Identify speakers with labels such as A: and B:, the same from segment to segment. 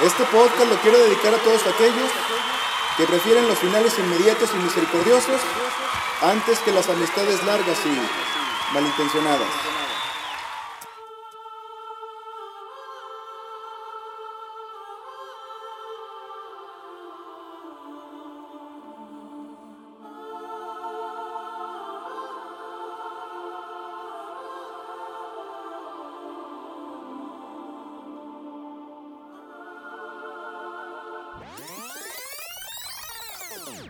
A: Este podcast lo quiero dedicar a todos aquellos que prefieren los finales inmediatos y misericordiosos antes que las amistades largas y malintencionadas.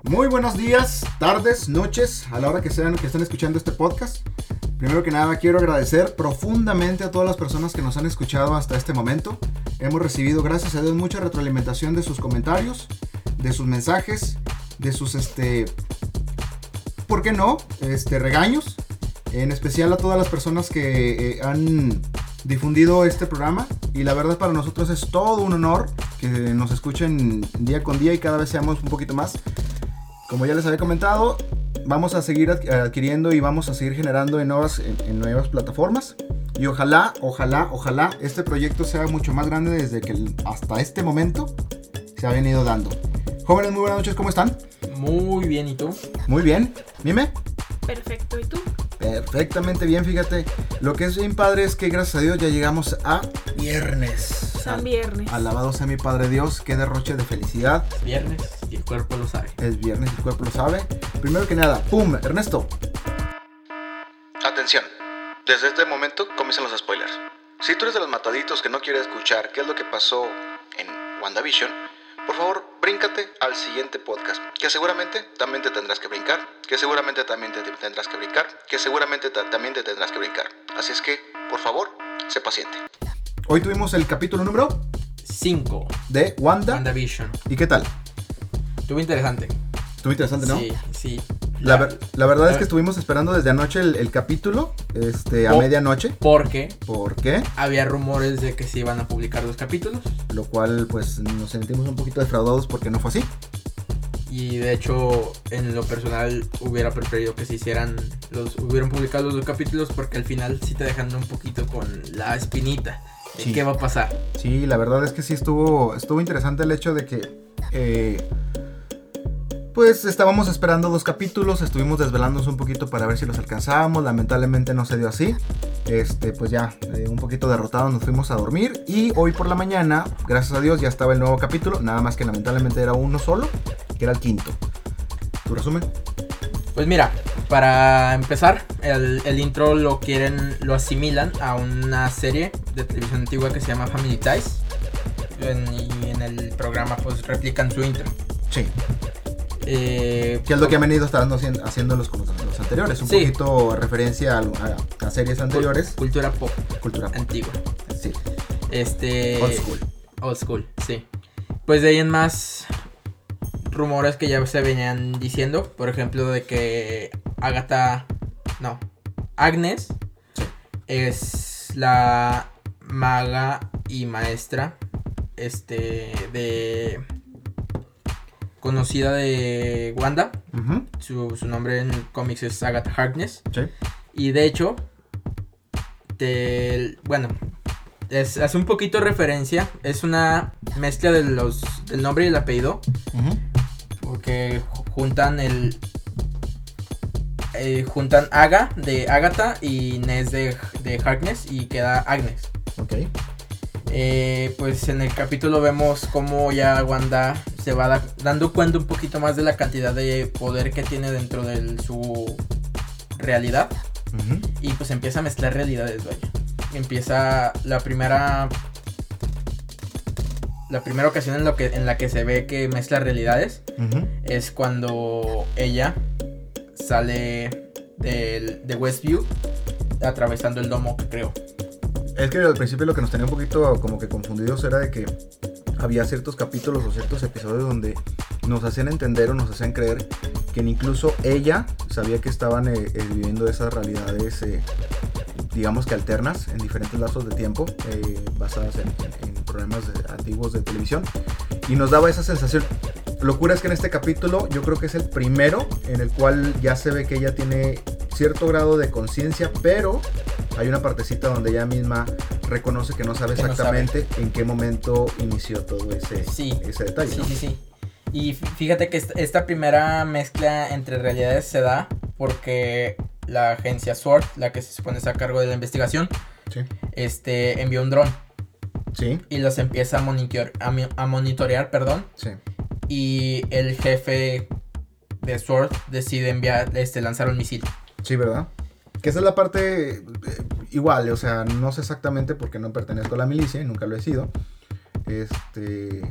B: Muy buenos días, tardes, noches, a la hora que sean que estén escuchando este podcast. Primero que nada quiero agradecer profundamente a todas las personas que nos han escuchado hasta este momento. Hemos recibido, gracias a Dios, mucha retroalimentación de sus comentarios, de sus mensajes, de sus, este, ¿por qué no? Este, regaños. En especial a todas las personas que eh, han difundido este programa. Y la verdad para nosotros es todo un honor que nos escuchen día con día y cada vez seamos un poquito más. Como ya les había comentado, vamos a seguir adqu- adquiriendo y vamos a seguir generando en nuevas, en, en nuevas plataformas. Y ojalá, ojalá, ojalá este proyecto sea mucho más grande desde que el- hasta este momento se ha venido dando. Jóvenes, muy buenas noches, ¿cómo están?
C: Muy bien, ¿y tú?
B: Muy bien. Mime,
D: Perfecto, ¿y tú?
B: perfectamente bien, fíjate. Lo que es bien padre es que gracias a Dios ya llegamos a viernes.
D: San Viernes.
B: Alabado sea mi Padre Dios, qué derroche de felicidad.
C: Viernes y el cuerpo lo sabe.
B: Es viernes, el cuerpo lo sabe. Primero que nada, ¡pum! Ernesto. Atención, desde este momento comienzan los spoilers. Si tú eres de los mataditos que no quiere escuchar qué es lo que pasó en WandaVision, por favor, bríncate al siguiente podcast, que seguramente también te tendrás que brincar, que seguramente también te tendrás que brincar, que seguramente ta- también te tendrás que brincar. Así es que, por favor, sé paciente. Hoy tuvimos el capítulo número
C: 5.
B: de Wanda.
C: WandaVision.
B: ¿Y qué tal?
C: Estuvo interesante.
B: Estuvo interesante, ¿no?
C: Sí, sí.
B: La,
C: Ya.
B: ver- la verdad es
C: Ya.
B: que estuvimos esperando desde anoche el, el capítulo, este, a
C: Po-
B: medianoche.
C: Porque
B: ¿Por qué?
C: había rumores de que se iban a publicar dos capítulos.
B: Lo cual, pues, nos sentimos un poquito defraudados porque no fue así.
C: Y de hecho, en lo personal, hubiera preferido que se hicieran los. Hubieran publicado los dos capítulos porque al final sí te dejan un poquito con la espinita. de
B: Sí.
C: ¿Qué va a pasar?
B: Sí, la verdad es que sí estuvo, estuvo interesante el hecho de que, eh, pues, estábamos esperando dos capítulos, estuvimos desvelándonos un poquito para ver si los alcanzábamos. Lamentablemente no se dio así. Este, pues ya, eh, un poquito derrotados nos fuimos a dormir y hoy por la mañana, gracias a Dios, ya estaba el nuevo capítulo. Nada más que lamentablemente era uno solo, que era el quinto. ¿Tu resumen?
C: Pues mira, para empezar, el, el intro lo quieren, lo asimilan a una serie de televisión antigua que se llama Family Ties. En- y en el programa pues replican su intro.
B: Sí.
C: Eh,
B: Que es lo que han venido estando haciendo, haciendo los, como los anteriores. Un
C: Sí.
B: poquito referencia a, a- a series anteriores.
C: Cultura pop
B: Cultura pop. Eh,
C: antigua.
B: Sí.
C: Este.
B: Old school.
C: Old school, sí. Pues de ahí en más rumores que ya se venían diciendo. Por ejemplo, de que Agatha. No. Agnes es la maga y maestra. Este. de. Conocida de Wanda.
B: Ujú,
C: Su, su nombre en cómics es Agatha Harkness.
B: Sí.
C: Y de hecho, te- bueno, es, hace un poquito referencia. Es una mezcla de los, del nombre y el apellido.
B: Ujú.
C: Porque ju- juntan el. eh, juntan Aga de Agatha y Nes de, de Harkness y queda Agnes.
B: Ok.
C: Eh, pues en el capítulo vemos cómo ya Wanda se va da- dando cuenta un poquito más de la cantidad de poder que tiene dentro de su realidad.
B: Ujú.
C: Y pues empieza a mezclar realidades, vaya. Empieza la primera. La primera ocasión en, lo que, en la que se ve que mezcla realidades
B: Ujú.
C: es cuando ella sale del- de Westview atravesando el domo, creo.
B: Es que al principio lo que nos tenía un poquito como que confundidos era de que había ciertos capítulos o ciertos episodios donde nos hacían entender o nos hacían creer que incluso ella sabía que estaban eh, eh, viviendo esas realidades, eh, digamos que alternas, en diferentes lazos de tiempo, eh, basadas en, en- en programas de- antiguos de televisión, y nos daba esa sensación. Locura es que en este capítulo yo creo que es el primero en el cual ya se ve que ella tiene cierto grado de conciencia, pero hay una partecita donde ella misma reconoce que no sabe
C: Que no
B: exactamente en qué momento inició todo ese,
C: Sí.
B: ese detalle.
C: Sí,
B: ¿no?
C: sí, sí. Y fí- fíjate que est- esta primera mezcla entre realidades se da porque la agencia SWORD, la que se supone está a cargo de la investigación,
B: Sí.
C: este, envió un dron
B: Sí,
C: y los empieza a, monitorear, a, mi- a monitorear, perdón,
B: sí.
C: y el jefe de SWORD decide enviar, este, lanzar un misil.
B: Sí, ¿verdad? Que esa es la parte eh, igual, o sea, no sé exactamente porque no pertenezco a la milicia y nunca lo he sido. Este.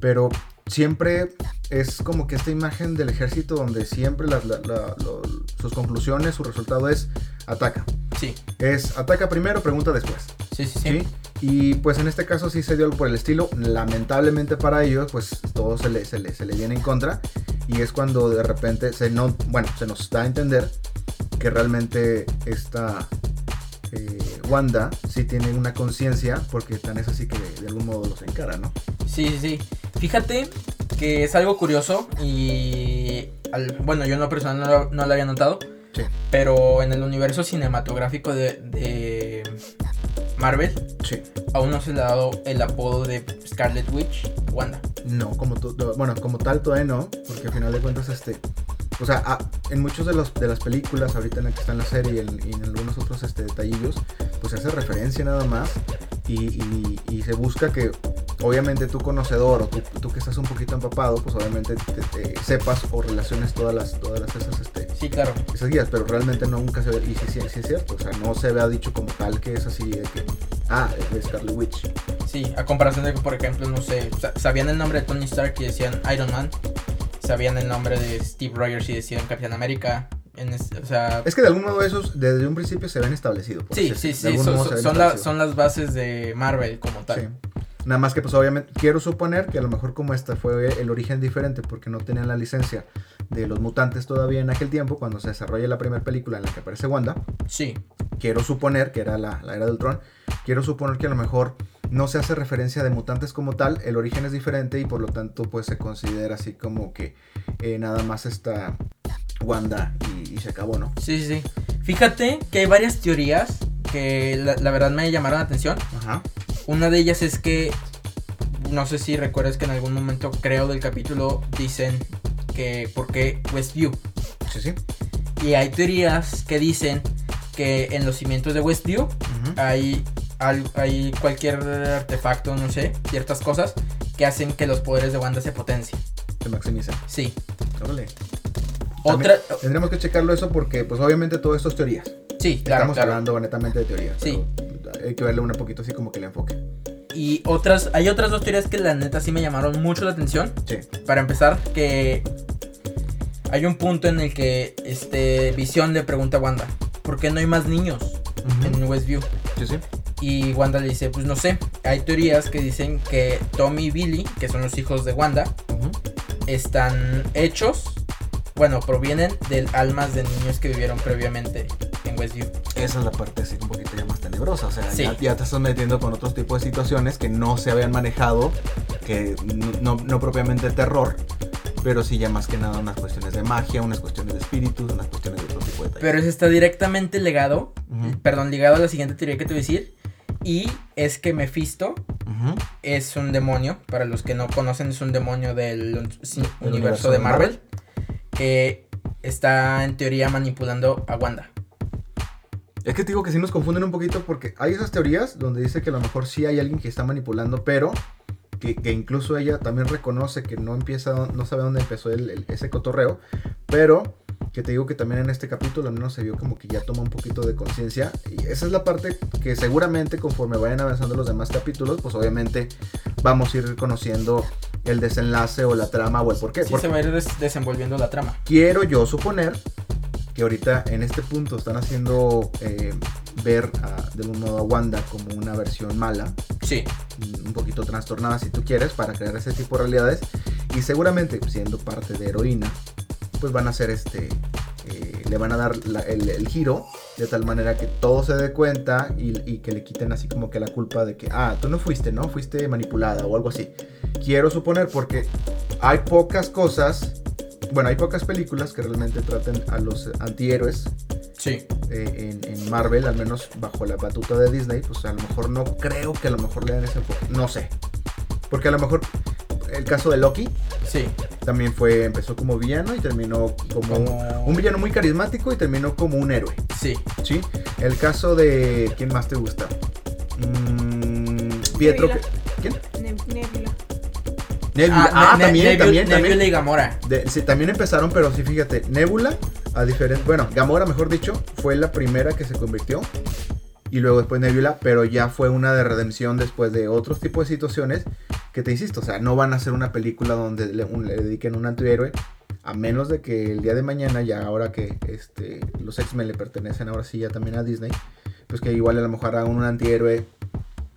B: Pero siempre es como que esta imagen del ejército donde siempre las- la- la- lo- sus conclusiones, su resultado es ataca.
C: Sí,
B: Es ataca primero, pregunta después.
C: sí, sí, sí.
B: ¿sí? Y pues en este caso sí se dio algo por el estilo. Lamentablemente para ellos, pues todo se le, se le, se le viene en contra. Y es cuando de repente se, no, bueno, se nos da a entender que realmente esta eh, Wanda sí tiene una conciencia, porque tan es así que de, de algún modo los encara, ¿no?
C: Sí, sí, sí. Fíjate que es algo curioso y... al- bueno, yo en lo personal no lo, no lo había notado.
B: Sí.
C: Pero en el universo cinematográfico de, de Marvel
B: Sí.
C: aún no se le ha dado el apodo de Scarlet Witch, Wanda.
B: No, como tú- no, bueno, como tal todavía no, porque al final de cuentas este, o sea, a- en muchos de los de las películas ahorita en la que está en la serie y en, y en algunos otros este detallillos, pues se hace referencia nada más y, y- y se busca que obviamente tú conocedor o tú, tú que estás un poquito empapado, pues obviamente te- te sepas o relaciones todas las todas las esas este
C: Sí, claro.
B: esas guías, pero realmente nunca se ve, y sí, sí- sí es cierto, o sea, no se había dicho como tal que es así de que, ah, es Scarlet Witch,
C: Sí, a comparación de que, por ejemplo, no sé, sa- sabían el nombre de Tony Stark y decían Iron Man. Sabían el nombre de Steve Rogers y decían Capitán América. en es- o sea,
B: Es que de algún modo esos desde un principio se ven establecidos. por
C: sí,
B: así
C: sí,
B: decirlo. De
C: sí.
B: algún
C: Son,
B: modo
C: son-
B: se ven
C: son la-
B: establecidos.
C: son las bases de Marvel como tal.
B: Sí. Nada más que pues obviamente quiero suponer que a lo mejor como esta fue el origen diferente porque no tenían la licencia de los mutantes todavía en aquel tiempo cuando se desarrolla la primera película en la que aparece Wanda.
C: Sí,
B: Quiero suponer que era la, la era del Tron. Quiero suponer que a lo mejor no se hace referencia de mutantes como tal, el origen es diferente y por lo tanto pues se considera así como que eh, nada más está Wanda y, y se acabó, ¿no?
C: sí, sí, sí. Fíjate que hay varias teorías que la- la verdad me llamaron la atención.
B: Ajá.
C: Una de ellas es que, no sé si recuerdas que en algún momento creo del capítulo dicen que por qué Westview.
B: Sí, sí.
C: Y hay teorías que dicen que en los cimientos de Westview
B: Ujú.
C: hay, al- hay cualquier artefacto, no sé, ciertas cosas que hacen que los poderes de Wanda se potencien.
B: Se maximiza.
C: Sí.
B: Órale.
C: Otra...
B: También Tendremos que checarlo eso porque, pues, obviamente todo esto es teorías.
C: Sí, claro,
B: Estamos
C: claro.
B: hablando netamente de teorías.
C: Sí.
B: pero Hay que verle un poquito así como que el enfoque.
C: Y otras, hay otras dos teorías que la neta sí me llamaron mucho la atención.
B: Sí.
C: Para empezar, que hay un punto en el que este Visión le pregunta a Wanda, ¿por qué no hay más niños en Westview?
B: Sí, sí.
C: Y Wanda le dice, pues no sé, hay teorías que dicen que Tommy y Billy, que son los hijos de Wanda, están hechos, bueno, provienen de almas de niños que vivieron previamente en Westview.
B: Esa es la parte así un poquito ya más tenebrosa. O sea,
C: Sí.
B: ya, ya te estás metiendo con otros tipos de situaciones que no se habían manejado, que no, no, no propiamente terror, pero sí ya más que nada unas cuestiones de magia, unas cuestiones de espíritus, unas cuestiones de otro tipo de detalles.
C: Pero eso está directamente legado,
B: Ujú,
C: perdón, ligado a la siguiente teoría que te voy a decir, y es que Mephisto
B: ujú.
C: es un demonio, para los que no conocen, es un demonio del un- sí, universo,
B: universo
C: de
B: de
C: Marvel, que está en teoría manipulando a Wanda.
B: Es que te digo que sí nos confunden un poquito porque hay esas teorías donde dice que a lo mejor sí hay alguien que está manipulando, pero que, que incluso ella también reconoce que no empieza, no sabe dónde empezó el- el- ese cotorreo, pero que te digo que también en este capítulo al menos se vio como que ya toma un poquito de conciencia y esa es la parte que seguramente conforme vayan avanzando los demás capítulos, pues obviamente vamos a ir conociendo el desenlace o la trama o el porqué.
C: Sí
B: porque-
C: se va a ir des- desenvolviendo la trama.
B: quiero yo suponer que ahorita en este punto están haciendo eh, ver a- de algún modo a Wanda como una versión mala,
C: Sí,
B: mm, un poquito trastornada si tú quieres, para crear ese tipo de realidades. Y seguramente pues, siendo parte de heroína, pues van a hacer este... eh, le van a dar la- el, el giro de tal manera que todo se dé cuenta y, y que le quiten así como que la culpa de que, ah, tú no fuiste, ¿no? Fuiste manipulada o algo así. Quiero suponer porque hay pocas cosas, bueno, hay pocas películas que realmente traten a los antihéroes
C: Sí.
B: eh, en, en Marvel, al menos bajo la batuta de Disney, pues a lo mejor no creo que a lo mejor le den ese enfoque. No sé. Porque a lo mejor el caso de Loki
C: Sí.
B: también fue, empezó como villano y terminó como
C: Como-
B: un villano muy carismático y terminó como un héroe.
C: Sí.
B: ¿Sí? El caso de. ¿Quién más te gusta? Mm, Pietro.
D: Nebula.
B: ¿Quién?
D: Ne- Nebula.
B: Nebula.
C: Ne-
B: Ah,
C: Ne-
B: también,
C: Nebula-
B: también,
C: Nebula
B: también.
C: y Gamora.
B: De- sí, también empezaron, pero sí, fíjate, Nebula, a diferencia, bueno, Gamora, mejor dicho, fue la primera que se convirtió. Y luego después Nebula, pero ya fue una de redención después de otros tipos de situaciones que te insisto, o sea, no van a hacer una película donde le, un- le dediquen un antihéroe, a menos de que el día de mañana, ya ahora que este, los X-Men le pertenecen ahora sí ya también a Disney, pues que igual a lo mejor hagan un antihéroe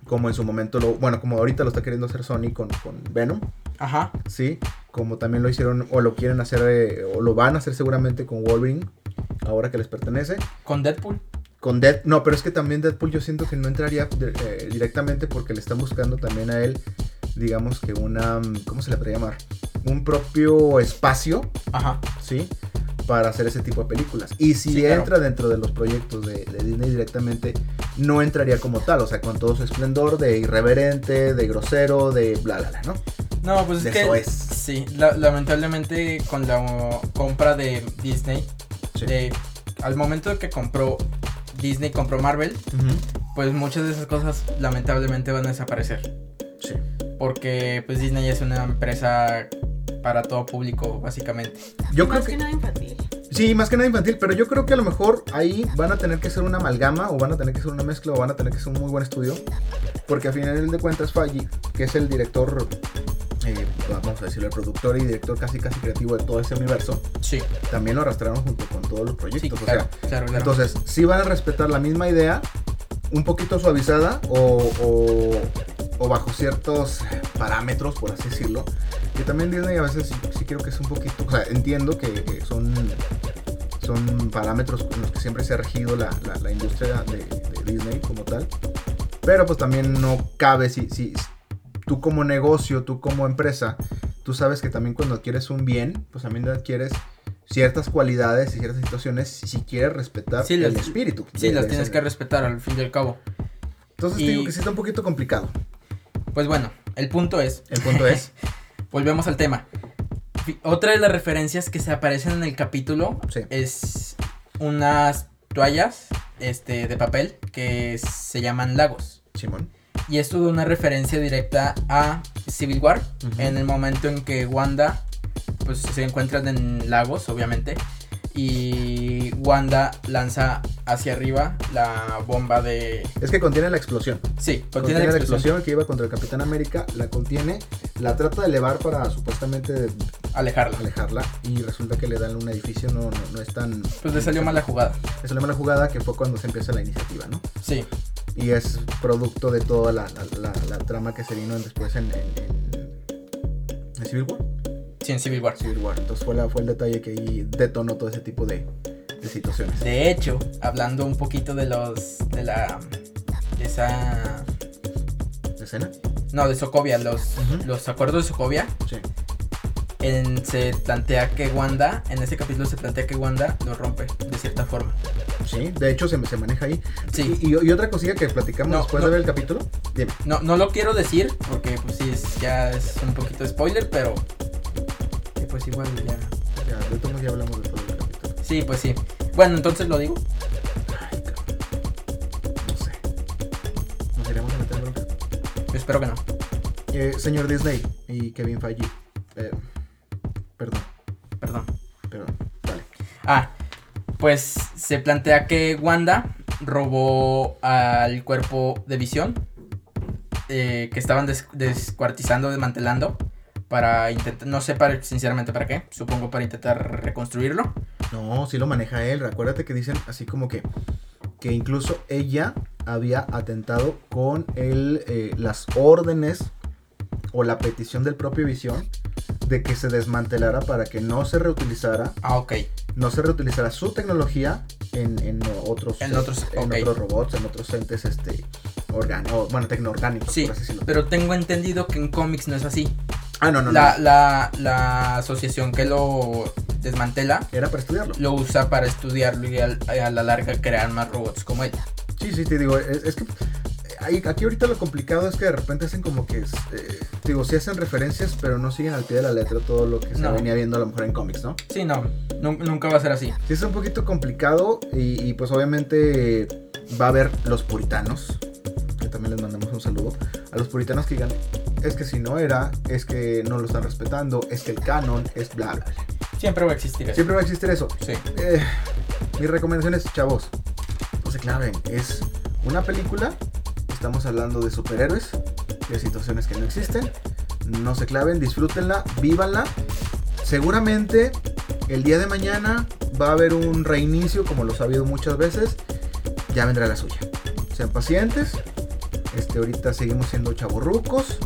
B: como en su momento, lo, bueno, como ahorita lo está queriendo hacer Sony con, con Venom,
C: Ajá.
B: ¿sí? Como también lo hicieron o lo quieren hacer eh, o lo van a hacer seguramente con Wolverine, ahora que les pertenece.
C: Con Deadpool.
B: Con Dead, no, pero es que también Deadpool yo siento que no entraría de- eh, directamente porque le están buscando también a él, digamos que una, mm, ¿cómo se le podría llamar? Un propio espacio,
C: Ajá.
B: ¿sí? Para hacer ese tipo de películas. Y si
C: Sí, claro.
B: entra dentro de los proyectos de, de Disney directamente, no entraría como tal, o sea, con todo su esplendor de irreverente, de grosero, de bla, bla, bla, ¿no?
C: No, pues es
B: De
C: que.
B: soez.
C: Sí. la- lamentablemente con la o, compra de Disney.
B: Sí.
C: de- al momento que compró Disney, compró Marvel,
B: Ujú.
C: pues muchas de esas cosas lamentablemente van a desaparecer.
B: Sí.
C: Porque pues Disney es una empresa para todo público, básicamente.
B: Yo creo
D: Más
B: que...
D: que nada infantil.
B: Sí, más que nada infantil, pero yo creo que a lo mejor ahí van a tener que ser una amalgama o van a tener que ser una mezcla o van a tener que ser un muy buen estudio. Porque a final de cuentas Faggy, que es el director, eh, vamos a decirlo, el productor y director casi casi creativo de todo ese universo,
C: Sí.
B: también lo arrastraron junto con todos los proyectos.
C: Sí,
B: o sea,
C: claro, claro, claro.
B: entonces, sí van a respetar la misma idea, un poquito suavizada o, o- o bajo ciertos parámetros, por así decirlo. Que también Disney a veces sí, sí creo que es un poquito, o sea, entiendo que, que son, son parámetros con los que siempre se ha regido la, la- la industria de, de Disney como tal. Pero pues también no cabe si, si tú como negocio, tú como empresa, tú sabes que también cuando adquieres un bien, pues también adquieres ciertas cualidades y ciertas situaciones si quieres respetar
C: Sí,
B: el
C: las-
B: espíritu.
C: Sí,
B: de-
C: las
B: de
C: tienes
B: ese-
C: que respetar al fin y al cabo.
B: Entonces
C: y-
B: te digo que sí está un poquito complicado.
C: Pues bueno, el punto es,
B: El punto es,
C: volvemos al tema. Fi- Otra de las referencias que se aparecen en el capítulo
B: Sí.
C: es unas toallas este, de papel que se llaman lagos.
B: Simón,
C: Y esto da una referencia directa a Civil War,
B: Ujú.
C: en el momento en que Wanda, pues se encuentran en lagos, obviamente, y Wanda lanza hacia arriba la bomba de...
B: es que contiene la explosión.
C: Sí,
B: Contiene,
C: contiene, la explosión.
B: que iba contra el Capitán América, la contiene, la trata de elevar para supuestamente
C: Alejarla.
B: alejarla y resulta que le dan un edificio, no, no, no es tan...
C: Pues le salió mala jugada.
B: Le salió mala jugada que fue cuando se empieza la iniciativa, ¿no?
C: Sí,
B: y es producto de toda la, la- la- la trama que se vino después en, en- en- en Civil War.
C: sí, en Civil War.
B: Civil War. Entonces fue, la, fue el detalle que ahí detonó todo ese tipo de, de situaciones.
C: De hecho, hablando un poquito de los... de la... de esa...
B: ¿Escena?
C: No, de Sokovia, los,
B: Ujú.
C: los acuerdos de Sokovia,
B: Sí.
C: en- se plantea que Wanda, en ese capítulo se plantea que Wanda lo rompe, de cierta forma.
B: Sí, de hecho se, se maneja ahí.
C: Sí,
B: Y, y- y otra cosilla que platicamos
C: No,
B: después
C: no.
B: de ver el capítulo. Dime.
C: no, no lo quiero decir porque pues sí, es- ya es un poquito de spoiler, pero... eh, Pues igual ya...
B: Ya, de todos modos ya hablamos de todo el capítulo.
C: Sí, pues sí. Bueno, entonces lo digo.
B: Ay, cabrón. No sé. Nos iremos a meter en bronca.
C: Espero que no.
B: Eh, señor Disney y Kevin Feige. eh, perdón,
C: Perdón.
B: perdón. Dale.
C: Ah, pues se plantea que Wanda robó al cuerpo de Visión eh, que estaban des- descuartizando, desmantelando para intentar, no sé para, sinceramente para qué, supongo para intentar reconstruirlo.
B: No, sí lo maneja él. Acuérdate que dicen así como que, que incluso ella había atentado con el, eh, las órdenes o la petición del propio Visión de que se desmantelara para que no se reutilizara,
C: Ah, ok.
B: no se reutilizara su tecnología en, en otros, eh,
C: En otros,
B: en
C: ok.
B: otros robots, en otros entes este orgánicos, bueno, tecnoorgánicos,
C: Sí,
B: por así decirlo.
C: pero tengo entendido que en cómics no es así.
B: Ah, no, no,
C: La,
B: no.
C: la, la asociación que lo desmantela,
B: Era para estudiarlo.
C: lo usa para estudiarlo y al- a la larga crear más robots como él.
B: Sí, sí, te digo, es, es que ahí- aquí ahorita lo complicado es que de repente hacen como que, eh, digo, sí hacen referencias, pero no siguen al pie de la letra todo lo que se
C: No.
B: venía viendo a lo mejor en cómics, ¿no?
C: Sí, no, nun- nunca va a ser así.
B: Sí es un poquito complicado y, y, pues obviamente eh, va a haber los puritanos, que también les mandamos un saludo, a los puritanos que digan, es que si no era, es que no lo están respetando, es que el canon es bla, bla, bla".
C: Siempre va a existir eso.
B: Siempre va a existir eso.
C: Sí.
B: Eh, mi recomendación es, chavos, no se claven. Es una película, estamos hablando de superhéroes, de situaciones que no existen. No se claven, disfrútenla, vívanla. Seguramente el día de mañana va a haber un reinicio, como lo ha habido muchas veces. Ya vendrá la suya. Sean pacientes. Este, ahorita seguimos siendo chavorrucos.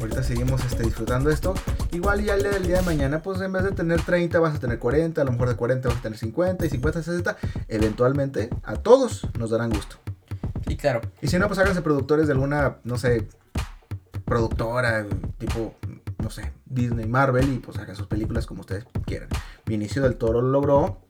B: Ahorita seguimos este, disfrutando esto. Igual ya el día- el día de mañana, pues en vez de tener 30 vas a tener 40, a lo mejor de 40 vas a tener 50 y 50, 60. Eventualmente a todos nos darán gusto.
C: Y claro,
B: Y si no, pues háganse productores de alguna, no sé, productora, tipo, no sé, Disney, Marvel y pues hagan sus películas como ustedes quieran. Vinicio del Toro lo logró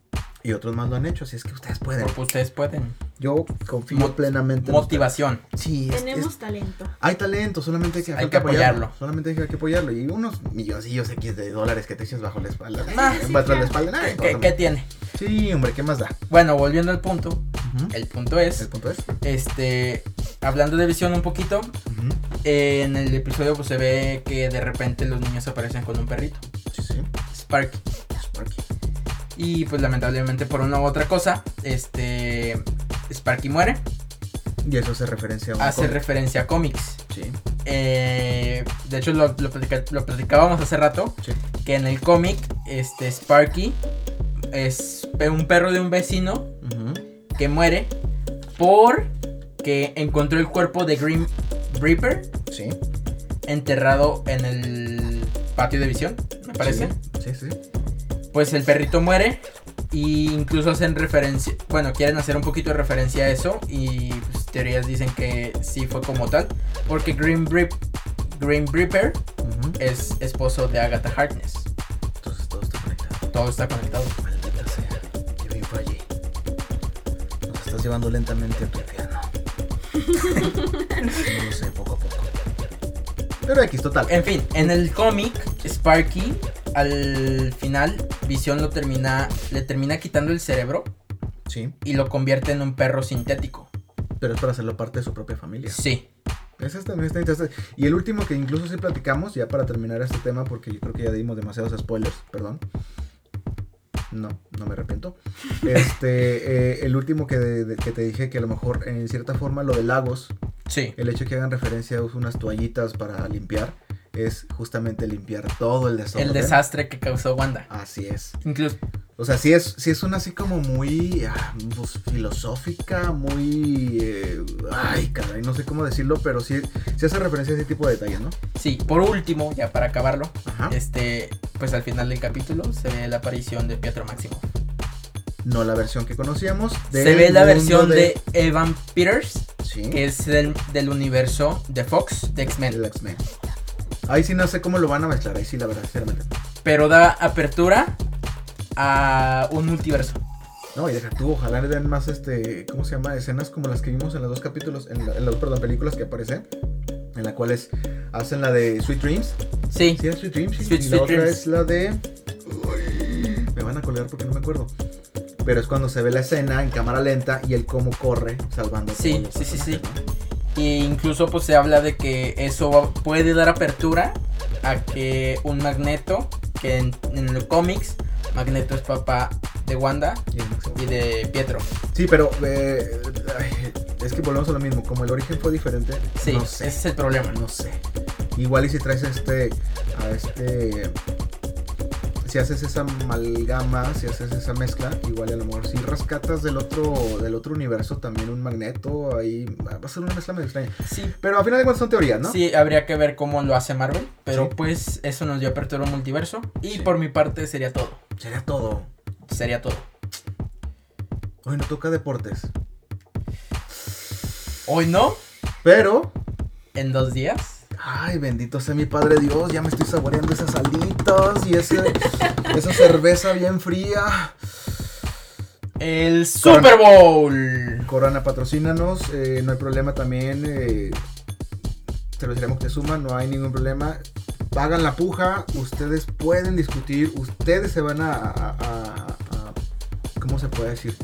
B: y otros más lo han hecho, así es que ustedes pueden.
C: porque ustedes pueden.
B: Yo confío
C: Mo-
B: plenamente en ustedes.
C: Motivación.
B: Sí, es-
D: Tenemos
B: es-
D: talento.
B: hay talento, solamente hay que,
C: Hay
B: falta
C: que apoyarlo.
B: Solamente hay que apoyarlo. Y unos milloncillos X de dólares que te echas bajo la espalda.
C: Ah,
B: eh,
D: sí,
B: bajo la
D: claro.
B: espalda. nada,
C: ¿Qué,
B: todo
C: qué-
B: también.
C: qué tiene?
B: Sí, hombre, ¿qué más da?
C: Bueno, volviendo al punto.
B: Ujú.
C: El punto es,
B: El punto es.
C: este, hablando de visión un poquito,
B: ujú,
C: eh, en el episodio pues, se ve que de repente los niños aparecen con un perrito,
B: Sí, sí.
C: Sparky.
B: Sparky.
C: Y pues lamentablemente por una u otra cosa, este, Sparky muere,
B: Y eso hace referencia a un
C: hace
B: cómic.
C: referencia a cómics.
B: Sí,
C: Eh, de hecho lo, lo platica- lo platicábamos hace rato,
B: sí.
C: que en el cómic, este, Sparky es pe- un perro de un vecino
B: ujú.
C: que muere porque encontró el cuerpo de Grim Reaper
B: Sí.
C: enterrado en el patio de visión, me parece.
B: Sí, sí. sí.
C: Pues el perrito muere y incluso hacen referencia, bueno, quieren hacer un poquito de referencia a eso y pues, teorías dicen que sí fue como tal, porque Grim Reap- Grim Reaper
B: ujú.
C: es esposo de Agatha Harkness.
B: Entonces todo está conectado.
C: Todo está conectado.
B: Maldita sea. Qué bien fue allí. Nos estás llevando lentamente a tu infierno. no lo sé, poco a poco. Eh. Pero X, total.
C: En fin, en el cómic, Sparky, al final, Visión lo termina, le termina quitando el cerebro
B: Sí.
C: y lo convierte en un perro sintético.
B: Pero es para hacerlo parte de su propia familia.
C: Sí.
B: Ese también está interesante. Y el último que incluso sí platicamos, ya para terminar este tema, porque yo creo que ya dimos demasiados spoilers, perdón. No, no me arrepiento. Este, eh, el último que, de- de- que te dije que a lo mejor en cierta forma lo de Lagos,
C: Sí.
B: el hecho que hagan referencia a unas toallitas para limpiar, es justamente limpiar todo el desorden.
C: El desastre que causó Wanda.
B: Así es.
C: Incluso
B: O sea, sí es, sí es una así como muy ah, pues, filosófica, muy... eh, ay, caray, no sé cómo decirlo, pero sí, sí hace referencia a ese tipo de detalles, ¿no?
C: Sí, por último, ya para acabarlo,
B: Ajá.
C: este, pues al final del capítulo se ve la aparición de Pietro Máximo.
B: No la versión que conocíamos.
C: se
B: del
C: ve la
B: mundo
C: versión de... Evan Peters,
B: Sí,
C: que es del, del universo de Fox, de X-Men.
B: del X-Men. Ahí sí no sé cómo lo van a mezclar, ahí sí, la verdad, sinceramente.
C: Pero da apertura a un multiverso.
B: No, y deja tú, ojalá le den más, este, ¿cómo se llama? Escenas como las que vimos en los dos capítulos, en, la- en las, perdón, películas que aparecen, en las cuales hacen la de Sweet Dreams,
C: Sí,
B: Sí, era Sweet Dreams. sí.
C: Sweet-
B: y la
C: Sweet
B: otra
C: Dreams.
B: es la de. Uy, Me van a colgar porque no me acuerdo. Pero es cuando se ve la escena en cámara lenta y él cómo corre salvando. a
C: Sí,
B: todos los
C: sí, sí,
B: personajes,
C: e incluso pues se habla de que eso va- puede dar apertura a que un Magneto, que en, en los cómics, Magneto es papá de Wanda
B: ¿no? Y el máximo.
C: y de Pietro.
B: Sí, pero eh, ay, es que volvemos a lo mismo. Como el origen fue diferente,
C: Sí,
B: no sé.
C: ese es el problema.
B: No sé. Igual y si traes a este. A este. Si haces esa amalgama, si haces esa mezcla, igual y a lo mejor si rescatas del otro, del otro universo también un magneto, ahí va a ser una mezcla medio extraña.
C: Sí,
B: Pero al final de cuentas son teorías, ¿no?
C: Sí, habría que ver cómo lo hace Marvel, pero
B: Sí.
C: pues eso nos dio apertura a un multiverso y
B: Sí.
C: por mi parte sería todo,
B: Sería todo.
C: sería todo.
B: Hoy no toca deportes.
C: Hoy no,
B: Pero.
C: en dos días
B: Ay, bendito sea mi padre Dios, ya me estoy saboreando esas alitas y ese, esa cerveza bien fría.
C: El Super Bowl.
B: Corona, patrocínanos, eh, no hay problema también. Eh, cervecería Moctezuma, no hay ningún problema. Hagan la puja, ustedes pueden discutir, ustedes se van a, a- a- a- ¿Cómo se puede decir?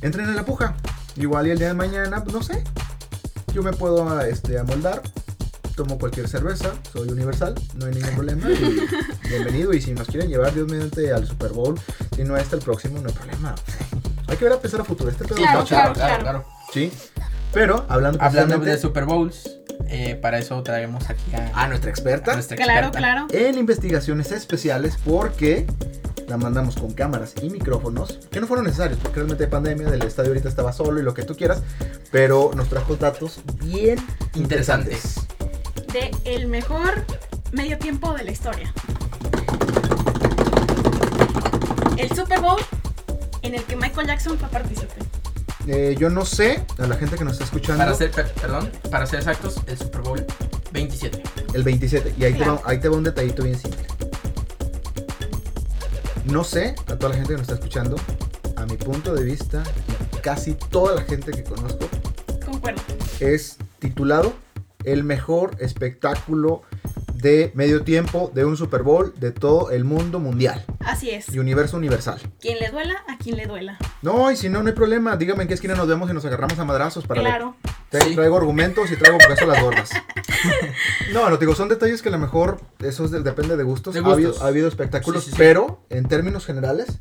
B: Entren en la puja. Igual y el día de mañana, pues, no sé. Yo me puedo este, amoldar. Tomo cualquier cerveza, soy universal, no hay ningún problema. y bienvenido. Y si nos quieren llevar, Dios mediante, al Super Bowl, si no hasta el próximo, no hay problema. Hay que ver a pensar a futuro. Este pedo
D: Claro,
B: está
D: claro, claro.
B: Sí. Pero hablando,
C: Hablando
B: precisamente-
C: de Super Bowls, eh, para eso traemos aquí a,
B: a nuestra experta
C: a nuestra
D: Claro,
C: experta.
D: claro.
B: en investigaciones especiales porque la mandamos con cámaras y micrófonos que no fueron necesarios porque realmente hay pandemia, el estadio ahorita estaba solo y lo que tú quieras, pero nos trajo datos bien interesantes.
C: Interesantes.
D: De el mejor medio tiempo de la historia. El Super Bowl en el que Michael Jackson fue partícipe.
B: Eh, yo no sé, a la gente que nos está escuchando,
C: Para ser, per- perdón, para ser exactos, el Super Bowl 27.
B: el 27, y ahí,
D: Claro.
B: te va, ahí te va un detallito bien simple. No sé, a toda la gente que nos está escuchando, a mi punto de vista, y casi toda la gente que conozco,
D: Concuerdo.
B: es titulado El mejor espectáculo de medio tiempo de un Super Bowl de todo el mundo mundial
D: Así es.
B: y universo universal.
D: Quien le duela, a quien le duela.
B: No, y si no, no hay problema. Dígame en qué esquina nos vemos y nos agarramos a madrazos para
D: Claro.
B: Tra-
C: Sí.
B: Traigo argumentos y traigo por a las gordas. No, no, te digo, son detalles que a lo mejor eso es de- depende de gustos.
C: De
B: Ha, habido,
C: gustos.
B: ha habido espectáculos,
C: Sí, sí, sí.
B: pero en términos generales,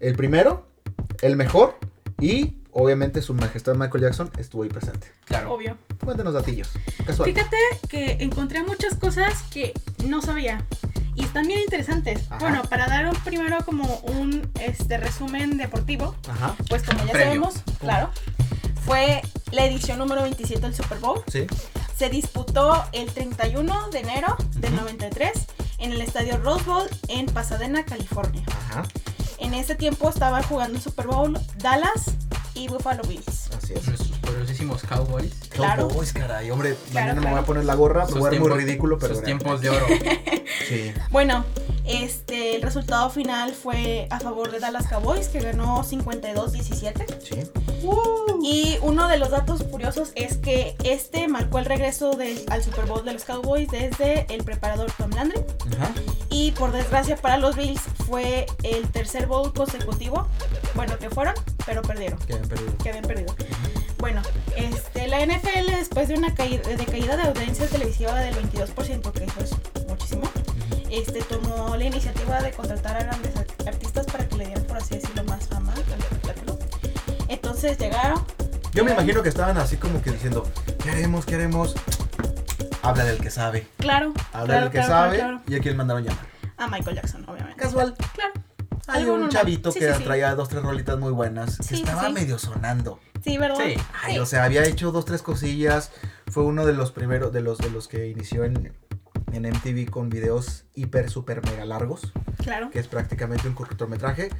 B: el primero, el mejor y obviamente su majestad Michael Jackson estuvo ahí presente.
C: Claro.
D: Obvio.
B: Cuéntanos datillos. Casual.
D: Fíjate que encontré muchas cosas que no sabía y están bien interesantes.
B: Ajá.
D: Bueno, para dar un, primero como un este resumen deportivo,
B: Ajá.
D: pues como ya
C: Previo.
D: sabemos, claro, fue la edición número 27 del Super Bowl.
B: Sí.
D: Se disputó el 31 de enero del 93 en el estadio Rose Bowl en Pasadena, California.
B: Ajá.
D: En ese tiempo estaban jugando el Super Bowl Dallas y Buffalo Bills.
B: Así es.
C: Nuestros poderosísimos Cowboys.
D: Claro.
B: Cowboys, caray, hombre, mañana me voy
D: claro.
B: a poner la gorra, me
C: Sus
B: voy a ver muy
C: tiempos-
B: ridículo, pero
C: Sus
B: gané.
C: tiempos de oro.
B: Sí.
D: Bueno, este, el resultado final fue a favor de Dallas Cowboys, que ganó 52-17.
B: Sí.
D: Y uno de los datos curiosos es que este marcó el regreso del- al Super Bowl de los Cowboys desde el preparador Tom Landry.
B: Ajá.
D: Y por desgracia para los Bills fue el tercer bowl consecutivo. Bueno, que fueron, pero perdieron.
B: Que habían perdido.
D: Que habían perdido. Bueno, este, la NFL después de una caída de, caída de audiencia televisiva del 22%, que eso es muchísimo, este, tomó la iniciativa de contratar a grandes art- artistas para que le dieran, por así decirlo, más fama al espectáculo. Entonces llegaron,
B: Yo me imagino que estaban así como que diciendo, ¿qué haremos? ¿Qué haremos? Habla del que sabe.
D: claro,
B: Habla
D: claro,
B: del que
D: claro,
B: sabe.
D: claro,
B: Y a quién mandaron llamar.
D: claro, a Michael Jackson, obviamente.
B: Casual.
D: Claro.
B: Hay
D: Algo
B: un
D: normal.
B: chavito
D: Sí,
B: que
D: sí, sí.
B: traía dos, tres rolitas muy buenas. Que
D: Sí, sí,
B: estaba
D: sí.
B: medio sonando.
D: Sí, ¿verdad?
C: Sí.
B: Ay,
D: Sí.
B: o sea, había hecho dos, tres cosillas. Fue uno de los primeros, de los, de los que inició en, en MTV con videos hiper, super, mega largos.
D: Claro.
B: que es prácticamente un cortometraje.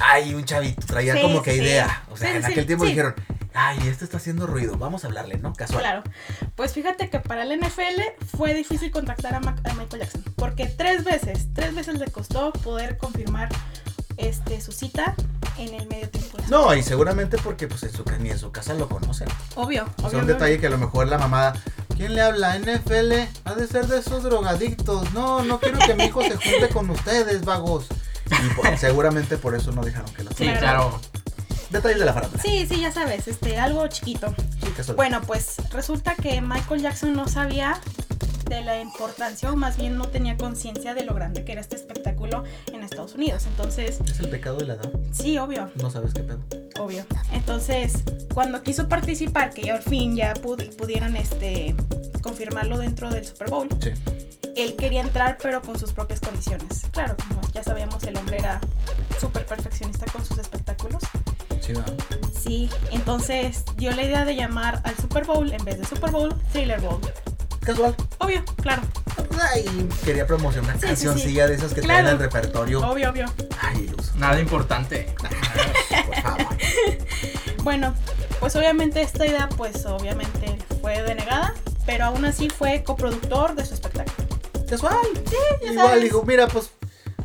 B: Ay, un chavito traía
D: Sí,
B: como que
D: sí, sí.
B: idea. O sea,
D: Sí,
B: en
D: sí,
B: aquel tiempo
D: sí.
B: dijeron, ay, este está haciendo ruido, vamos a hablarle, ¿no? Casual.
D: Claro. Pues fíjate que para la NFL fue difícil contactar a, Ma- a Michael Jackson. Porque tres veces, tres veces le costó poder confirmar este, su cita en el medio tiempo.
B: No, y seguramente porque pues en su, ca- ni en su casa lo conocen.
D: Obvio,
B: O
D: obvio.
B: sea, Pues un
D: obvio.
B: detalle que a lo mejor la mamá, ¿quién le habla? NFL, ha de ser de esos drogadictos. No, no quiero que mi hijo se junte con ustedes, vagos. Y por- seguramente por eso no dejaron que lo
C: Sí,
D: Claro.
C: claro.
B: Detalles de la farándula.
D: Sí, sí, ya sabes, este, algo chiquito.
B: Sí, casual.
D: Bueno, pues resulta que Michael Jackson no sabía de la importancia, o más bien no tenía conciencia de lo grande que era este espectáculo en Estados Unidos. Entonces,
B: Es el pecado de la edad.
D: sí, obvio.
B: No sabes qué pedo.
D: Obvio. Entonces, cuando quiso participar, que ya al fin ya pud- pudieron este, confirmarlo dentro del Super Bowl,
B: Sí.
D: él quería entrar pero con sus propias condiciones. Claro, como ya sabíamos, el hombre era súper perfeccionista con sus espectáculos.
B: Sí, va.
D: Sí, entonces dio la idea de llamar al Super Bowl en vez de Super Bowl, Thriller Bowl.
B: Casual.
D: Obvio, claro,
B: Ay, quería promocionar
D: Sí, sí,
B: cancioncilla de esas que
D: Claro. Oh.
B: traen al repertorio.
D: obvio, obvio.
B: Ay, iluso.
C: Nada importante.
B: Por favor.
D: Bueno, pues obviamente esta idea, pues obviamente fue denegada pero aún así fue coproductor de su espectáculo.
B: Casual.
D: ya
B: Igual
D: sabes.
B: digo, mira, pues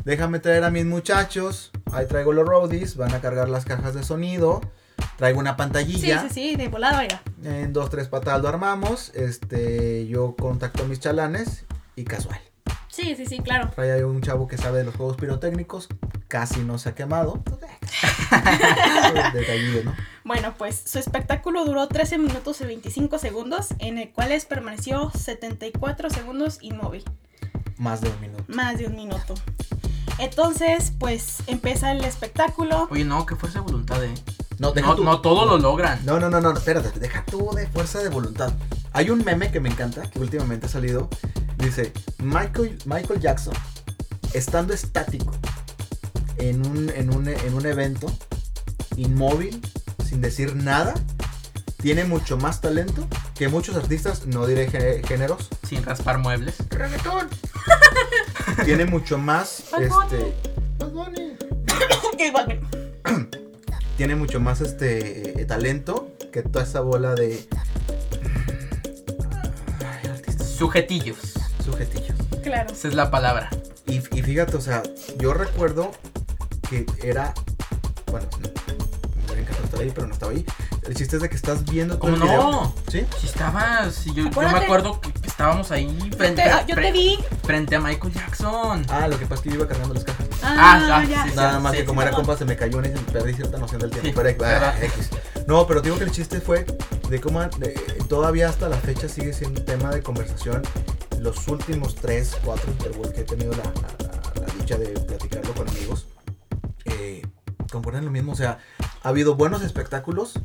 B: déjame traer a mis muchachos. Ahí traigo los roadies, van a cargar las cajas de sonido. Traigo una
D: Sí,
B: pantallilla.
D: sí, sí, de volada, oiga.
B: En dos, tres patadas lo armamos. Este, yo contacto a mis chalanes y casual.
D: Sí, sí, sí, claro.
B: Trae ahí un chavo que sabe de los juegos pirotécnicos. Casi no se ha quemado. Detallillo, ¿no?
D: Bueno, pues su espectáculo duró 13 minutos y 25 segundos, en el cual permaneció 74 segundos inmóvil,
B: Más de un minuto.
D: más de un minuto. Entonces, pues empieza el espectáculo.
C: Oye, no, qué fuerza de voluntad, eh.
B: No, deja
C: No,
B: tú.
C: no todo lo logran.
B: No, no, no, no, espérate, deja tú de fuerza de voluntad. Hay un meme que me encanta, que últimamente ha salido. Dice, Michael, Michael Jackson, estando estático en un, en, un, en un evento, inmóvil, sin decir nada, tiene mucho más talento que muchos artistas, no diré gé- géneros,
C: Sin raspar muebles.
B: tiene mucho más,
D: Bad
B: este,
D: Ok, bueno,
B: tiene mucho más, este, eh, talento que toda esa bola de Ay, artistas
C: Sujetillos.
B: sujetillos.
D: claro.
C: Esa es la palabra.
B: Y, y fíjate, o sea, yo recuerdo que era. Bueno, no, me encanta estar ahí, pero no estaba ahí. El chiste es de que estás viendo todo
C: ¿Cómo
B: el video.
C: no?
B: ¿Sí?
C: Si estabas, si yo, yo me
D: Acuérdate.
C: acuerdo que que estábamos ahí
D: Yo
C: frente,
D: te, ah, yo
C: fre-
D: te vi.
C: frente a Michael Jackson.
B: Ah, lo que pasa es que yo iba cargando las cajas.
D: Ah,
C: ah,
D: ya.
C: sí, sí.
B: Nada más que como era
D: sí,
B: compa se me cayó una y perdí cierta noción del tiempo.
C: Sí,
B: pero, ah,
C: ¿verdad?
B: X. No, pero digo que el chiste fue de cómo eh, todavía hasta la fecha sigue siendo un tema de conversación. Los últimos 3, 4 Super Bowl que he tenido la, la- la- la dicha de platicarlo con amigos, eh, concuerdan lo mismo. O sea, ha habido buenos espectáculos.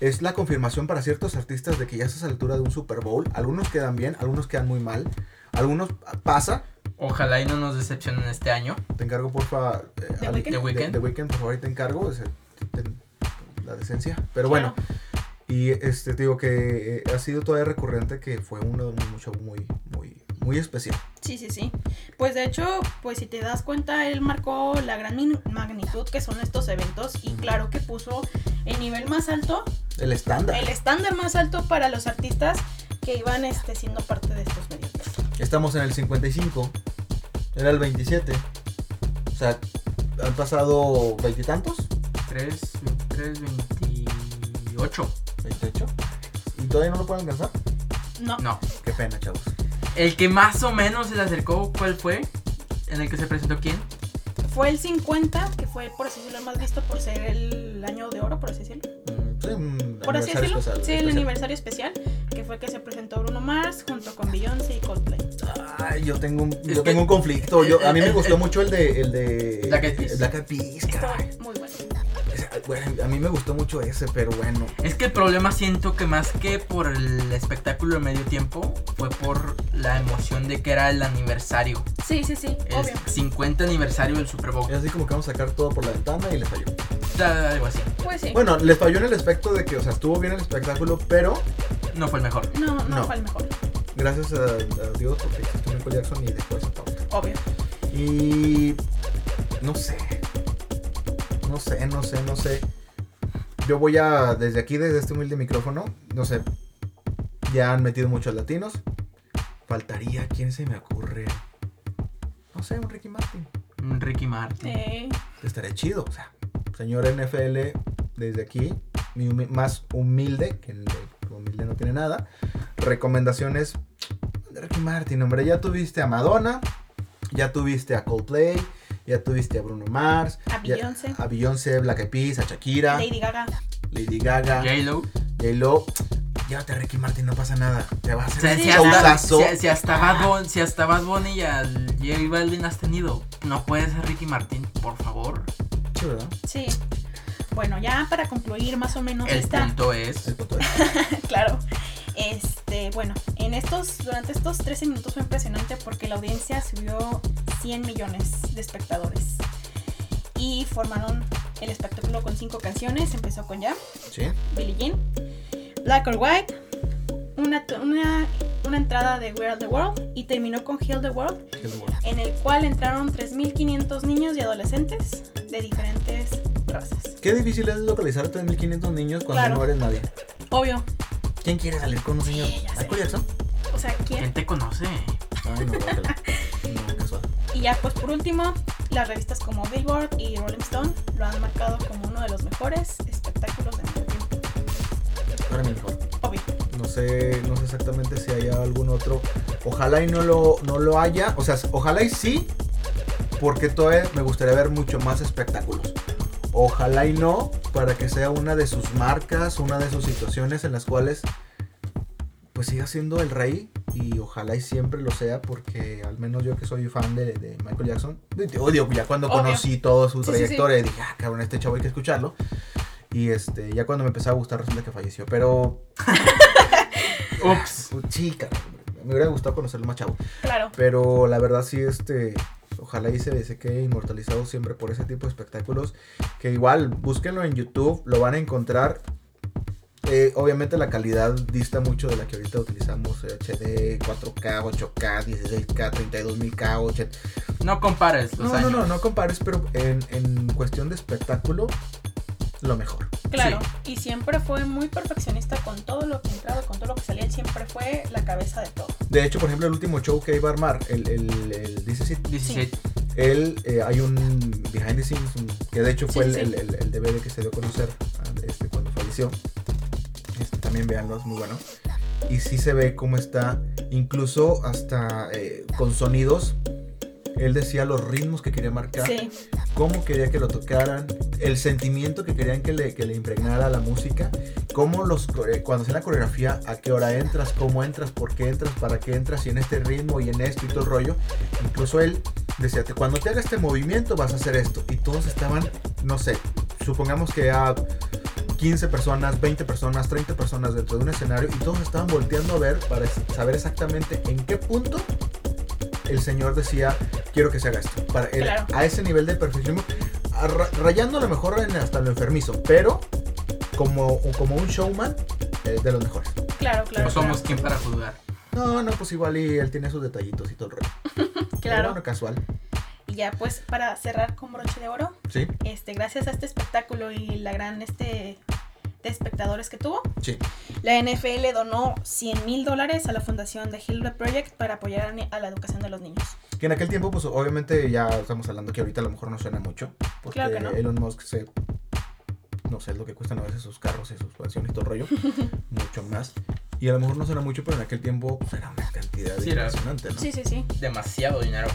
B: Es la confirmación para ciertos artistas de que ya estás a la altura de un Super Bowl. Algunos quedan bien, algunos quedan muy mal. Algunos ah, pasa.
C: Ojalá y no nos decepcionen este año.
B: Te encargo, porfa. eh,
D: ¿The
B: al-
D: Weeknd?
C: The Weeknd.
B: de Weekend, por favor, ahí te encargo. o sea, ten la decencia. Pero bueno.
D: Claro.
B: Y este, te digo que eh, ha sido todavía recurrente que fue uno de un show muy, muy, muy especial.
D: Sí, sí, sí. Pues de hecho, pues si te das cuenta, él marcó la gran min- magnitud que son estos eventos y claro que puso el nivel más alto,
B: El estándar.
D: el estándar más alto para los artistas que iban este, siendo parte de estos medios.
B: Estamos en el 55. Era el 27. O sea, han pasado veintitantos.
C: 3, 3, 28.
B: 28. Y todavía no lo pueden alcanzar.
D: No,
C: No.
B: Qué pena, chavos.
C: El que más o menos se le acercó, ¿cuál fue? ¿En el que se presentó quién?
D: fue el 50, que fue por así decirlo el más visto por ser el año de oro, por así decirlo.
B: Mm, sí, un
D: Por así
B: aniversario
D: decirlo,
B: especial-
D: sí, el
B: especial.
D: aniversario especial, que fue que se presentó Bruno Mars junto con Beyoncé y Coldplay.
B: Ay, yo tengo un, yo
C: que-
B: tengo un conflicto. Yo, a mí me
C: el-
B: gustó
C: el-
B: mucho el de. El de
C: Black Eyed Peas.
B: el Black Eyed Peas,
D: Estaba
B: caray.
D: muy bueno.
B: O sea, bueno, a mí me gustó mucho ese, pero bueno.
C: Es que el problema siento que más que por el espectáculo de medio tiempo, fue por la emoción de que era el aniversario.
D: Sí, sí, sí,
C: El
D: obvio.
C: 50 aniversario del Super Bowl.
B: Es así como que vamos a sacar todo por la ventana y les falló.
C: Algo así.
D: Pues sí.
B: Bueno, les falló en el aspecto de que, o sea, estuvo bien el espectáculo, pero
C: No fue el mejor.
D: no, no,
B: no.
D: fue el mejor,
B: gracias a, a Dios porque existió Michael Jackson y después a Paul.
D: obvio.
B: Y no sé. No sé, no sé, no sé. Yo voy a, desde aquí, desde este humilde micrófono, no sé. Ya han metido muchos latinos. Faltaría, ¿quién se me ocurre? No sé, un Ricky Martin.
C: Mm, Ricky Martin.
D: Eh,
B: Estaría chido, o sea. Señor NFL, desde aquí, mi humi- más humilde, que el de humilde no tiene nada. Recomendaciones de Ricky Martin, hombre. Ya tuviste a Madonna, ya tuviste a Coldplay, ya tuviste a Bruno Mars,
D: a
B: ya-
D: Beyoncé,
B: a Beyoncé, Black Eyed Peas, a Shakira,
D: Lady Gaga.
B: Lady Gaga,
C: J-Lo.
B: J-Lo. Llévate a Ricky Martin, no pasa nada. Te va a
C: O
B: hacer
C: sea,
B: un
C: si, hasta,
B: showzazo.
C: si- si hasta Bad Bunny, si hasta Bad Bunny y al J Balvin has tenido, no puedes ser Ricky Martin, por favor.
B: Sí, ¿verdad?
D: Sí. Bueno, ya para concluir más o menos
C: el
D: esta,
C: punto es.
B: El punto es-
D: claro. Este, bueno, en estos, durante estos 13 minutos fue impresionante porque la audiencia subió 100 millones de espectadores. Y formaron el espectáculo con cinco canciones. Empezó con ya,
B: Sí.
D: Billie Jean, Black or White, una, to- una, una entrada de We Are the World y terminó con Heal the World.
B: qué bueno.
D: en el cual entraron 3.500 niños y adolescentes de diferentes razas.
B: Qué difícil es localizar a 3.500 niños cuando
D: Claro.
B: no eres nadie.
D: Obvio.
B: ¿Quién quiere salir con un señor?
D: Sí, ya sé.
B: Michael Jackson.
D: sea,
E: ¿Quién
D: ¿quién?
E: te conoce?
B: Ay, no, guácala. No, qué suave.
D: Y ya, pues por último, las revistas como Billboard y Rolling Stone lo han marcado como uno de los mejores espectáculos de nuestro tiempo.
C: Para mí mejor.
D: Obvio.
B: No sé, no sé exactamente si haya algún otro. Ojalá y no lo, no lo haya. O sea, ojalá y sí, porque todavía me gustaría ver mucho más espectáculos. Ojalá y no, para que sea una de sus marcas, una de sus situaciones en las cuales pues siga siendo el rey y ojalá y siempre lo sea porque al menos yo que soy fan de, de Michael Jackson, te odio, ya cuando
D: Obvio.
B: conocí toda su
D: Sí, sí, sí.
B: trayectoria dije, ah, cabrón, este chavo hay que escucharlo. Y este, ya cuando me empezó a gustar resulta que falleció, pero
E: Ups.
B: pues, sí, cabrón, me hubiera gustado conocerlo más chavo.
D: Claro.
B: Pero la verdad sí, este, ojalá y se, se quede inmortalizado siempre por ese tipo de espectáculos. Que igual, búsquenlo en YouTube, lo van a encontrar. Eh, obviamente la calidad dista mucho de la que ahorita utilizamos, eh, HD, 4K, 8K, 16K, 32000K, 80.
C: No compares
B: No,
C: los
B: no,
C: años.
B: no, no compares, pero en, en cuestión de espectáculo, lo mejor.
D: Claro, y siempre fue muy perfeccionista con todo lo que entraba, con todo lo que salía, él siempre fue la cabeza de todo.
B: De hecho, por ejemplo, el último show que iba a armar, el, el, el This Is It,
C: 16.
B: Él, eh, hay un behind the scenes, un- que de hecho fue
D: Sí,
B: el,
D: sí.
B: el- el- el DVD que se dio a conocer ah, este, cuando falleció. Este, también véanlo, es muy bueno. Y sí se ve cómo está, incluso hasta eh, con sonidos. Él decía los ritmos que quería marcar,
D: Sí,
B: cómo quería que lo tocaran, el sentimiento que querían que le, que le impregnara la música, cómo los, core- cuando hacen la coreografía, a qué hora entras, cómo entras, por qué entras, para qué entras, y en este ritmo y en esto y todo el rollo. Incluso él decía, "Te- cuando te haga este movimiento vas a hacer esto. Y todos estaban, no sé, supongamos que a 15 personas, 20 personas, 30 personas dentro de un escenario y todos estaban volteando a ver para s- saber exactamente en qué punto el señor decía, quiero que se haga esto. Para él,
D: Claro.
B: A ese nivel de perfeccionismo, a ra- rayando a lo mejor en hasta lo enfermizo, pero como, como un showman eh, de los mejores.
D: claro, claro.
E: No
C: Pues
E: somos quien para juzgar.
B: No, no, pues igual y él tiene sus detallitos y todo el rollo.
D: claro.
B: Pero
D: claro.
B: bueno, casual.
D: Y ya pues para cerrar con broche de oro,
B: Sí,
D: este, gracias a este espectáculo y la gran este de espectadores que tuvo,
B: sí.
D: la NFL donó 100 mil dólares a la fundación de Hilbert Project para apoyar a ni- a la educación de los niños.
B: Que en aquel tiempo, pues obviamente ya estamos hablando que ahorita a lo mejor no suena mucho. Porque
D: Claro que no.
B: Elon Musk se. No sé, es lo que cuestan a veces sus carros y sus pensiones y todo el rollo. mucho más. Y a lo mejor no suena mucho, pero en aquel tiempo pues, era una cantidad
C: Sí, era-
B: impresionante, ¿no?
D: Sí, sí, sí.
C: Demasiado dinero.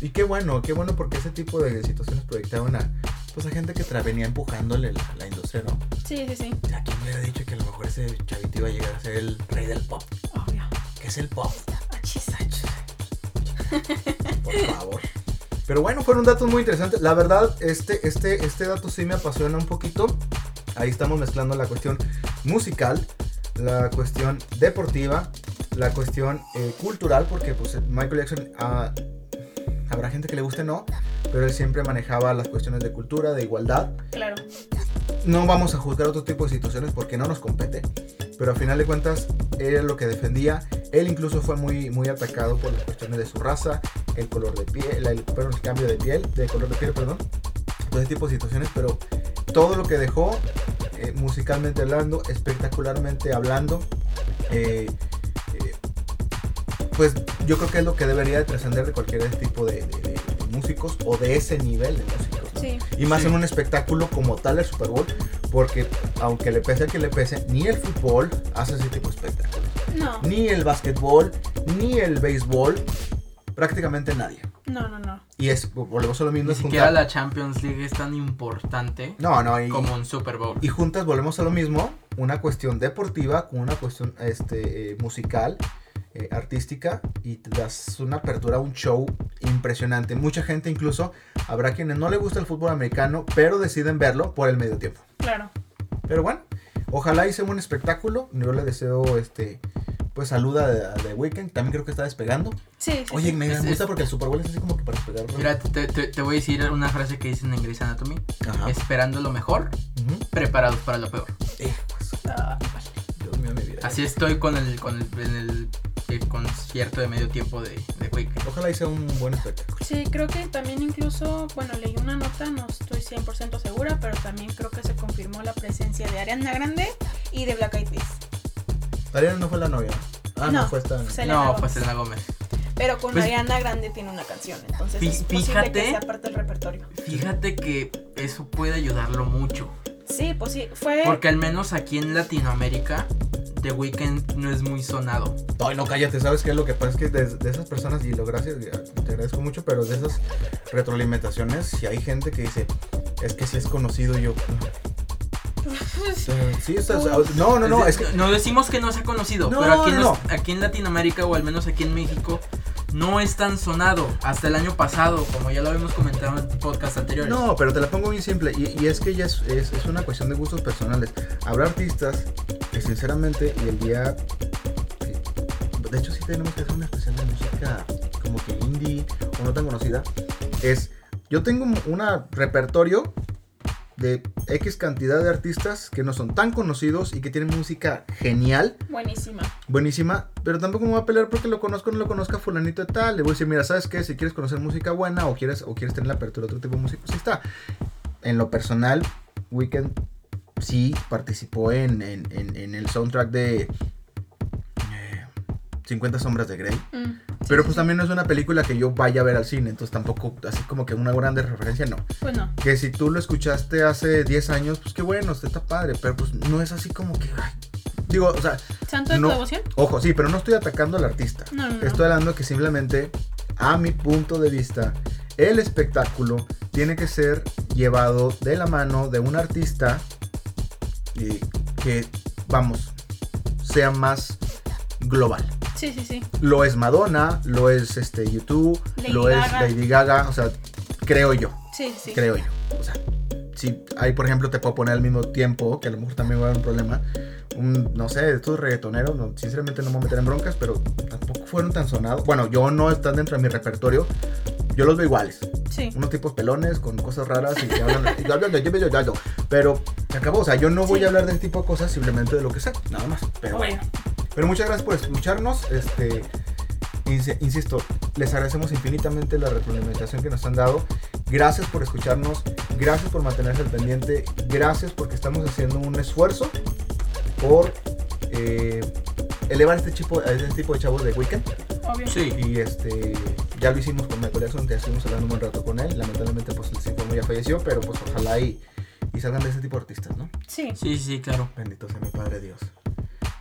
B: Y qué bueno, qué bueno porque ese tipo de situaciones proyectaban a. Pues a gente que tra- venía empujándole la, la industria, ¿no?
D: Sí, sí, sí.
B: ¿A quién hubiera dicho que a lo mejor ese chavito iba a llegar a ser el rey del pop?
D: Obvio. Ah,
B: ¿Qué es el pop?
D: Achis.
B: Por favor. Pero bueno, fueron datos muy interesantes. La verdad, este, este, este dato sí me apasiona un poquito. Ahí estamos mezclando la cuestión musical, la cuestión deportiva, la cuestión eh, cultural, porque pues Michael Jackson ah, habrá gente que le guste no, pero él siempre manejaba las cuestiones de cultura, de igualdad.
D: Claro.
B: No vamos a juzgar otro tipo de situaciones porque no nos compete. Pero a final de cuentas, era lo que defendía. Él incluso fue muy, muy atacado por las cuestiones de su raza, el color de piel, el, perdón, el cambio de piel, de color de piel, perdón. Todo ese tipo de situaciones, pero todo lo que dejó, eh, musicalmente hablando, espectacularmente hablando, eh, eh, pues yo creo que es lo que debería de trascender de cualquier tipo de, de- de- de músicos o de ese nivel de músicos. ¿no?
D: Sí.
B: Y más
E: Sí.
B: en un espectáculo como tal el Super Bowl, porque aunque le pese a que le pese, ni el fútbol hace ese tipo de espectáculos.
D: No,
B: Ni el básquetbol, ni el béisbol, prácticamente nadie.
D: no, no, no.
B: Y es, volvemos a lo mismo.
E: Ni
B: es
E: siquiera
B: juntar-
E: la Champions League es tan importante
B: No, no, y,
E: como un Super Bowl.
B: y juntas volvemos a lo mismo, una cuestión deportiva con una cuestión este, eh, musical, eh, artística, y te das una apertura, un show impresionante. Mucha gente incluso, habrá quienes no le gusta el fútbol americano, pero deciden verlo por el medio tiempo.
D: Claro.
B: Pero bueno, ojalá hice un espectáculo. Yo le deseo este pues salud a The Weeknd. También creo que está despegando.
D: Sí, sí.
B: Oye, me
E: Es-
B: gusta
E: es-
B: porque el Super Bowl es así como que para despegar. ¿no?
E: Mira, te, te- te voy a decir una frase que dicen en Grey's Anatomy. Ah.
B: Ajá.
E: Esperando lo mejor,
B: Ujú.
E: preparados para lo peor.
B: Hijo de su-
D: sí. Ah, vale.
B: Dios mío, mi vida.
E: Así estoy con el, con el, en el, el concierto de medio tiempo de, de Weeknd.
B: Ojalá hice un buen espectáculo.
D: Sí, creo que también incluso, bueno, leí una nota, no estoy 100% segura, pero también creo que se confirmó la presencia de Ariana Grande y de Black Eyed Peas.
B: Ariana no fue la novia. Ah, no, fue esta.
D: Selena
C: No,
D: Gomez.
E: pues,
C: fue Selena Gómez.
D: Pero con
C: Pues-
D: Ariana Grande tiene una canción, entonces
C: Fí-
D: es posible
C: fíjate.
D: que sea parte del repertorio.
C: Fíjate que eso puede ayudarlo mucho.
D: Sí, pues sí, fue...
C: Porque al menos aquí en Latinoamérica, The Weeknd no es muy sonado.
B: Ay, no, cállate, ¿sabes qué? Lo que pasa es que de, de esas personas, y lo gracias, ya, te agradezco mucho, pero de esas retroalimentaciones, si hay gente que dice, es que si es conocido y yo. o sea, sí, o sea, o sea, no, no, no, es que.
C: No decimos que no sea conocido,
B: No,
C: pero aquí, en
B: no,
C: los- aquí en Latinoamérica, o al menos aquí en México, no es tan sonado. Hasta el año pasado, como ya lo habíamos comentado en podcast anteriores.
B: No, pero te la pongo bien simple, y, y es que ya es, es- es una cuestión de gustos personales. Habrá artistas que, sinceramente, y el día. eh, De hecho, sí tenemos que hacer una especial de música como que indie o no tan conocida. es yo tengo un repertorio de X cantidad de artistas que no son tan conocidos y que tienen música genial,
D: Buenísima.
B: buenísima, pero tampoco me voy a pelear porque lo conozco o no lo conozca fulanito de tal. Le voy a decir, mira, ¿sabes qué? Si quieres conocer música buena o quieres, o quieres tener la apertura de otro tipo de música, pues ahí está. En lo personal, Weekend sí participó en, en- en- en el soundtrack de eh, 50 sombras de Grey.
D: Mm.
B: Pero pues también no es una película que yo vaya a ver al cine, entonces tampoco así como que una grande referencia, no.
D: Pues no.
B: Que si tú lo escuchaste hace 10 años, pues qué bueno, usted está padre, pero pues no es así como que... ay, digo, o sea,
D: ¿Santo de
B: No.
D: tu devoción?
B: ojo, sí, pero no estoy atacando al artista.
D: No, no, no.
B: Estoy hablando que simplemente, a mi punto de vista, el espectáculo tiene que ser llevado de la mano de un artista eh, que, vamos, sea más global
D: Sí, sí, sí.
B: lo es Madonna, lo es este YouTube,
D: Lady
B: lo es
D: Gaga.
B: Lady Gaga, o sea, creo yo,
D: Sí, sí.
B: creo yo. O sea, si ahí por ejemplo te puedo poner al mismo tiempo, que a lo mejor también va a haber un problema, un, no sé, estos reggaetoneros, no, sinceramente no me voy a meter en broncas, pero tampoco fueron tan sonados. Bueno, yo no están dentro de mi repertorio, yo los veo iguales,
D: Sí.
B: unos tipos pelones con cosas raras y que hablan, y hablan de- de- de- de- de- pero se acabó, o sea, yo no voy
D: Sí.
B: a hablar de ese tipo de cosas, simplemente de lo que sé, nada más, pero bueno.
D: Bueno,
B: Pero muchas gracias por escucharnos. Este, inse- insisto, les agradecemos infinitamente la retroalimentación que nos han dado. Gracias por escucharnos. Gracias por mantenerse al pendiente. Gracias porque estamos haciendo un esfuerzo por eh, elevar este tipo, a este tipo de chavos de weekend.
D: obvio.
C: Sí.
B: Y este, ya lo hicimos con Michael Jackson, ya estuvimos hablando un buen rato con él. Lamentablemente, pues el informó ya falleció, pero pues ojalá y, y salgan de ese tipo de artistas, ¿no?
D: Sí.
C: Sí, sí, claro.
B: Bendito sea mi Padre Dios.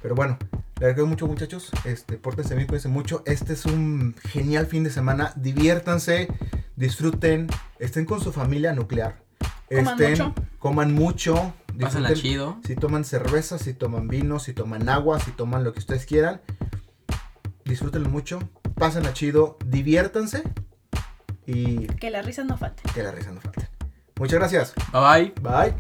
B: Pero bueno, les agradezco mucho muchachos. Este, pórtense bien, cuídense mucho. Este es un genial fin de semana. Diviértanse, disfruten, estén con su familia nuclear.
D: Coman
B: estén,
D: mucho.
B: coman mucho.
C: Pásenla
B: disfruten.
C: chido.
B: Si toman cerveza, si toman vino, si toman agua, si toman lo que ustedes quieran. Disfrútenlo mucho, pásenla chido, diviértanse y
D: Que las risas no falten.
B: que la risa no falte. Muchas gracias.
C: Bye bye.
B: Bye.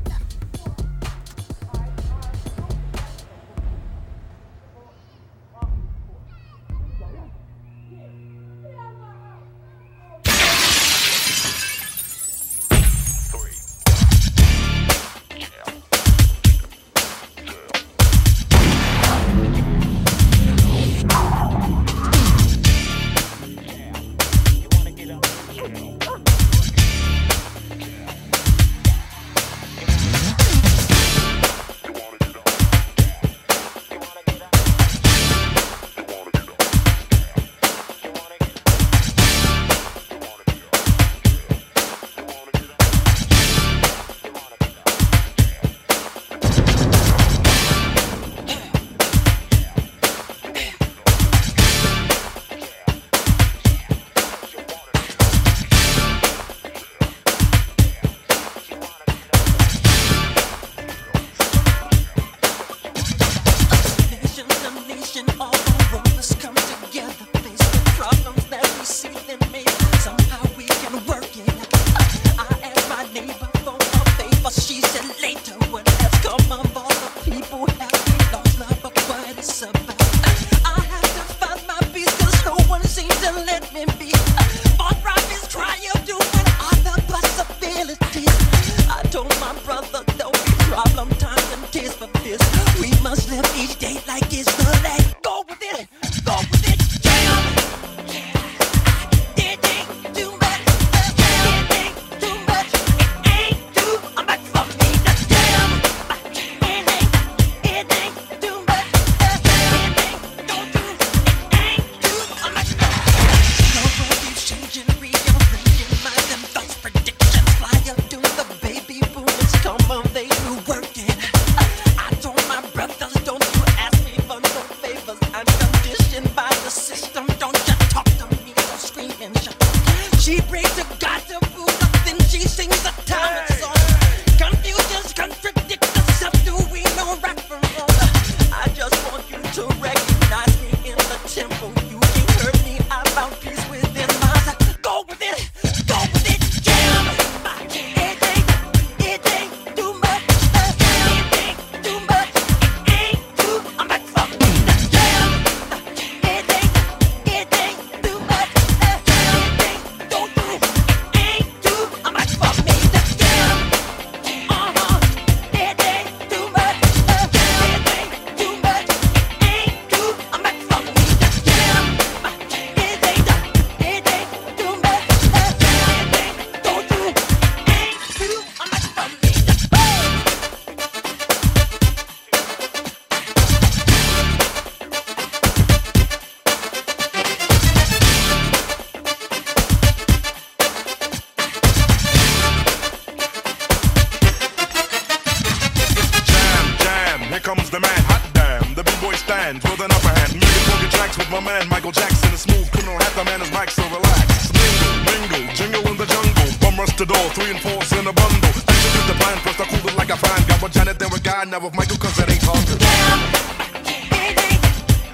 F: man Michael Jackson is smooth criminal, had the man his mic, so relax. Mingle, mingle, jingle in the jungle. Bum rush the door, three and fours in a bundle. Action is the plan, first I cool it like I find. Got with Janet, then with Guy, now with Michael, cause it ain't hard to
G: Anything,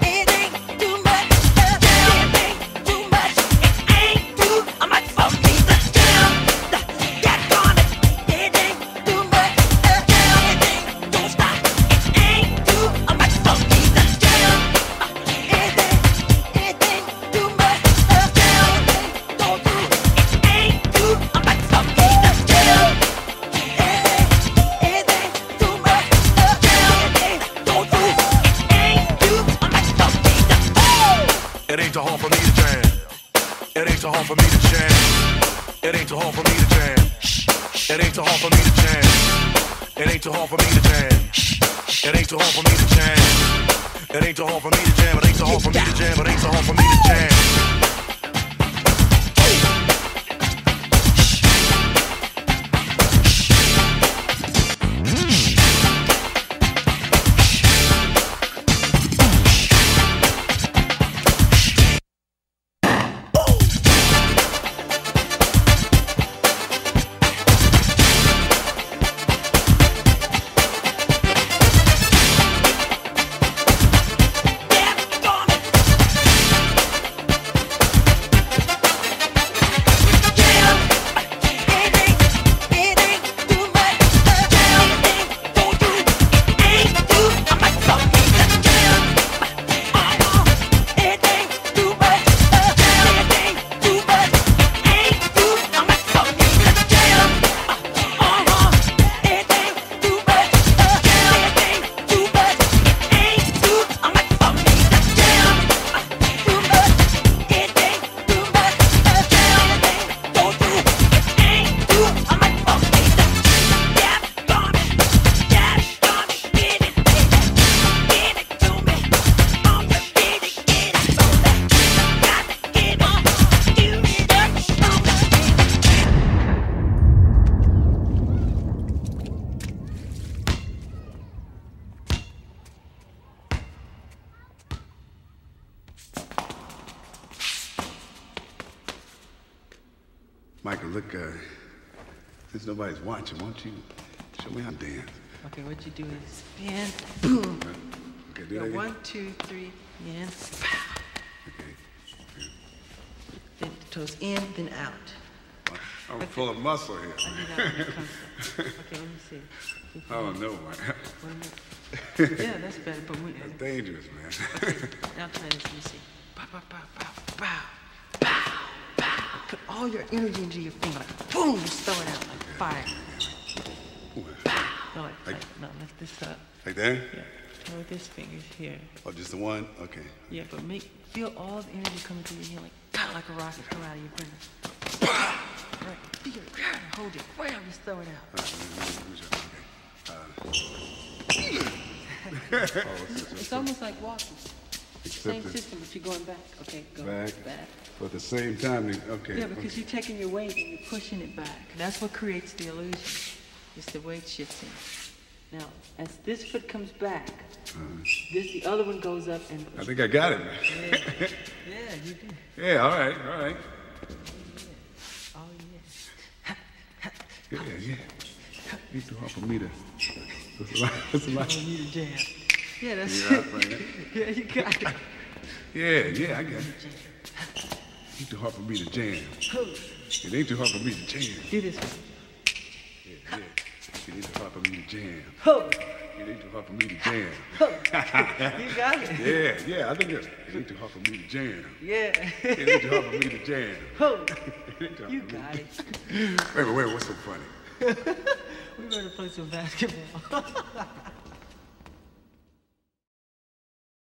G: anything, too much. Anything, too much. It ain't too much for me. Get on it. Anything, too much. Anything, don't stop. It ain't too much for me. Uh, Anything, anything, too much. Anything, don't do. It ain't too much for me.
F: It ain't too hard for me to jam. It ain't too hard for me to jam. It ain't too hard for me to jam. It ain't too hard for me to jam. It ain't too hard for me to jam. It ain't too hard for me to jam. It ain't too hard for me to jam. It ain't too hard for me to jam. It ain't too hard for me to jam.
H: Michael, look, uh, since nobody's watching, why don't you show me how to dance?
I: Okay, what you do is spin, boom.
H: Okay, do
I: Yeah,
H: that again.
I: one, two, three, and pow.
H: Okay.
I: Then the toes in, then out.
H: I'm full of muscle here.
I: I need out. when it comes up. Okay, let me see.
H: Oh no, man.
I: One more. Yeah, that's better, but we,
H: That's dangerous, man.
I: now try this, let me see. Pow, pow, pow, pow, pow, pow, pow. Put all your energy into your finger, like boom, just throw it out like fire. No, like, like, no, lift this up,
H: like that?
I: yeah. Throw this fingers here.
H: Oh, just the one? Okay.
I: Yeah, but make feel all the energy coming through your hand like God, like a rocket coming out of your brain. right, feel it, grab it, hold it, wham, just throw it out. It's almost like walking. Same
H: Except it's
I: system, but you're going back. Okay, go
H: back,
I: back.
H: but at the same time, it- okay.
I: Yeah, because you're taking your weight and you're pushing it back. That's what creates the illusion. It's the weight shifting. Now, as this foot comes back, this the other one goes up and
H: I think I got it. man.
I: yeah, you do.
H: Yeah, all right, all right.
I: Oh yes.
H: Yeah, yeah. It's too hard for me to. That's a lot. That's a lot.
I: You need a jab. Yeah, that's
H: Yeah, I
I: it.
H: play that.
I: Yeah, you got it.
H: Yeah, yeah, I got it. Ain't too hard for me to jam. It ain't too hard for me to jam.
I: Do this one.
H: Yeah, yeah. It ain't too hard for me to jam.
I: Ho!
H: It ain't too hard for me to jam.
I: You got it.
H: Yeah, yeah, I think that's. It ain't too hard for me to jam.
I: Yeah.
H: It ain't too hard for me to jam.
I: Ho!
H: It ain't too hard
I: You
H: for me.
I: got it.
H: Wait, wait, wait, what's so funny?
I: We're going to play some basketball.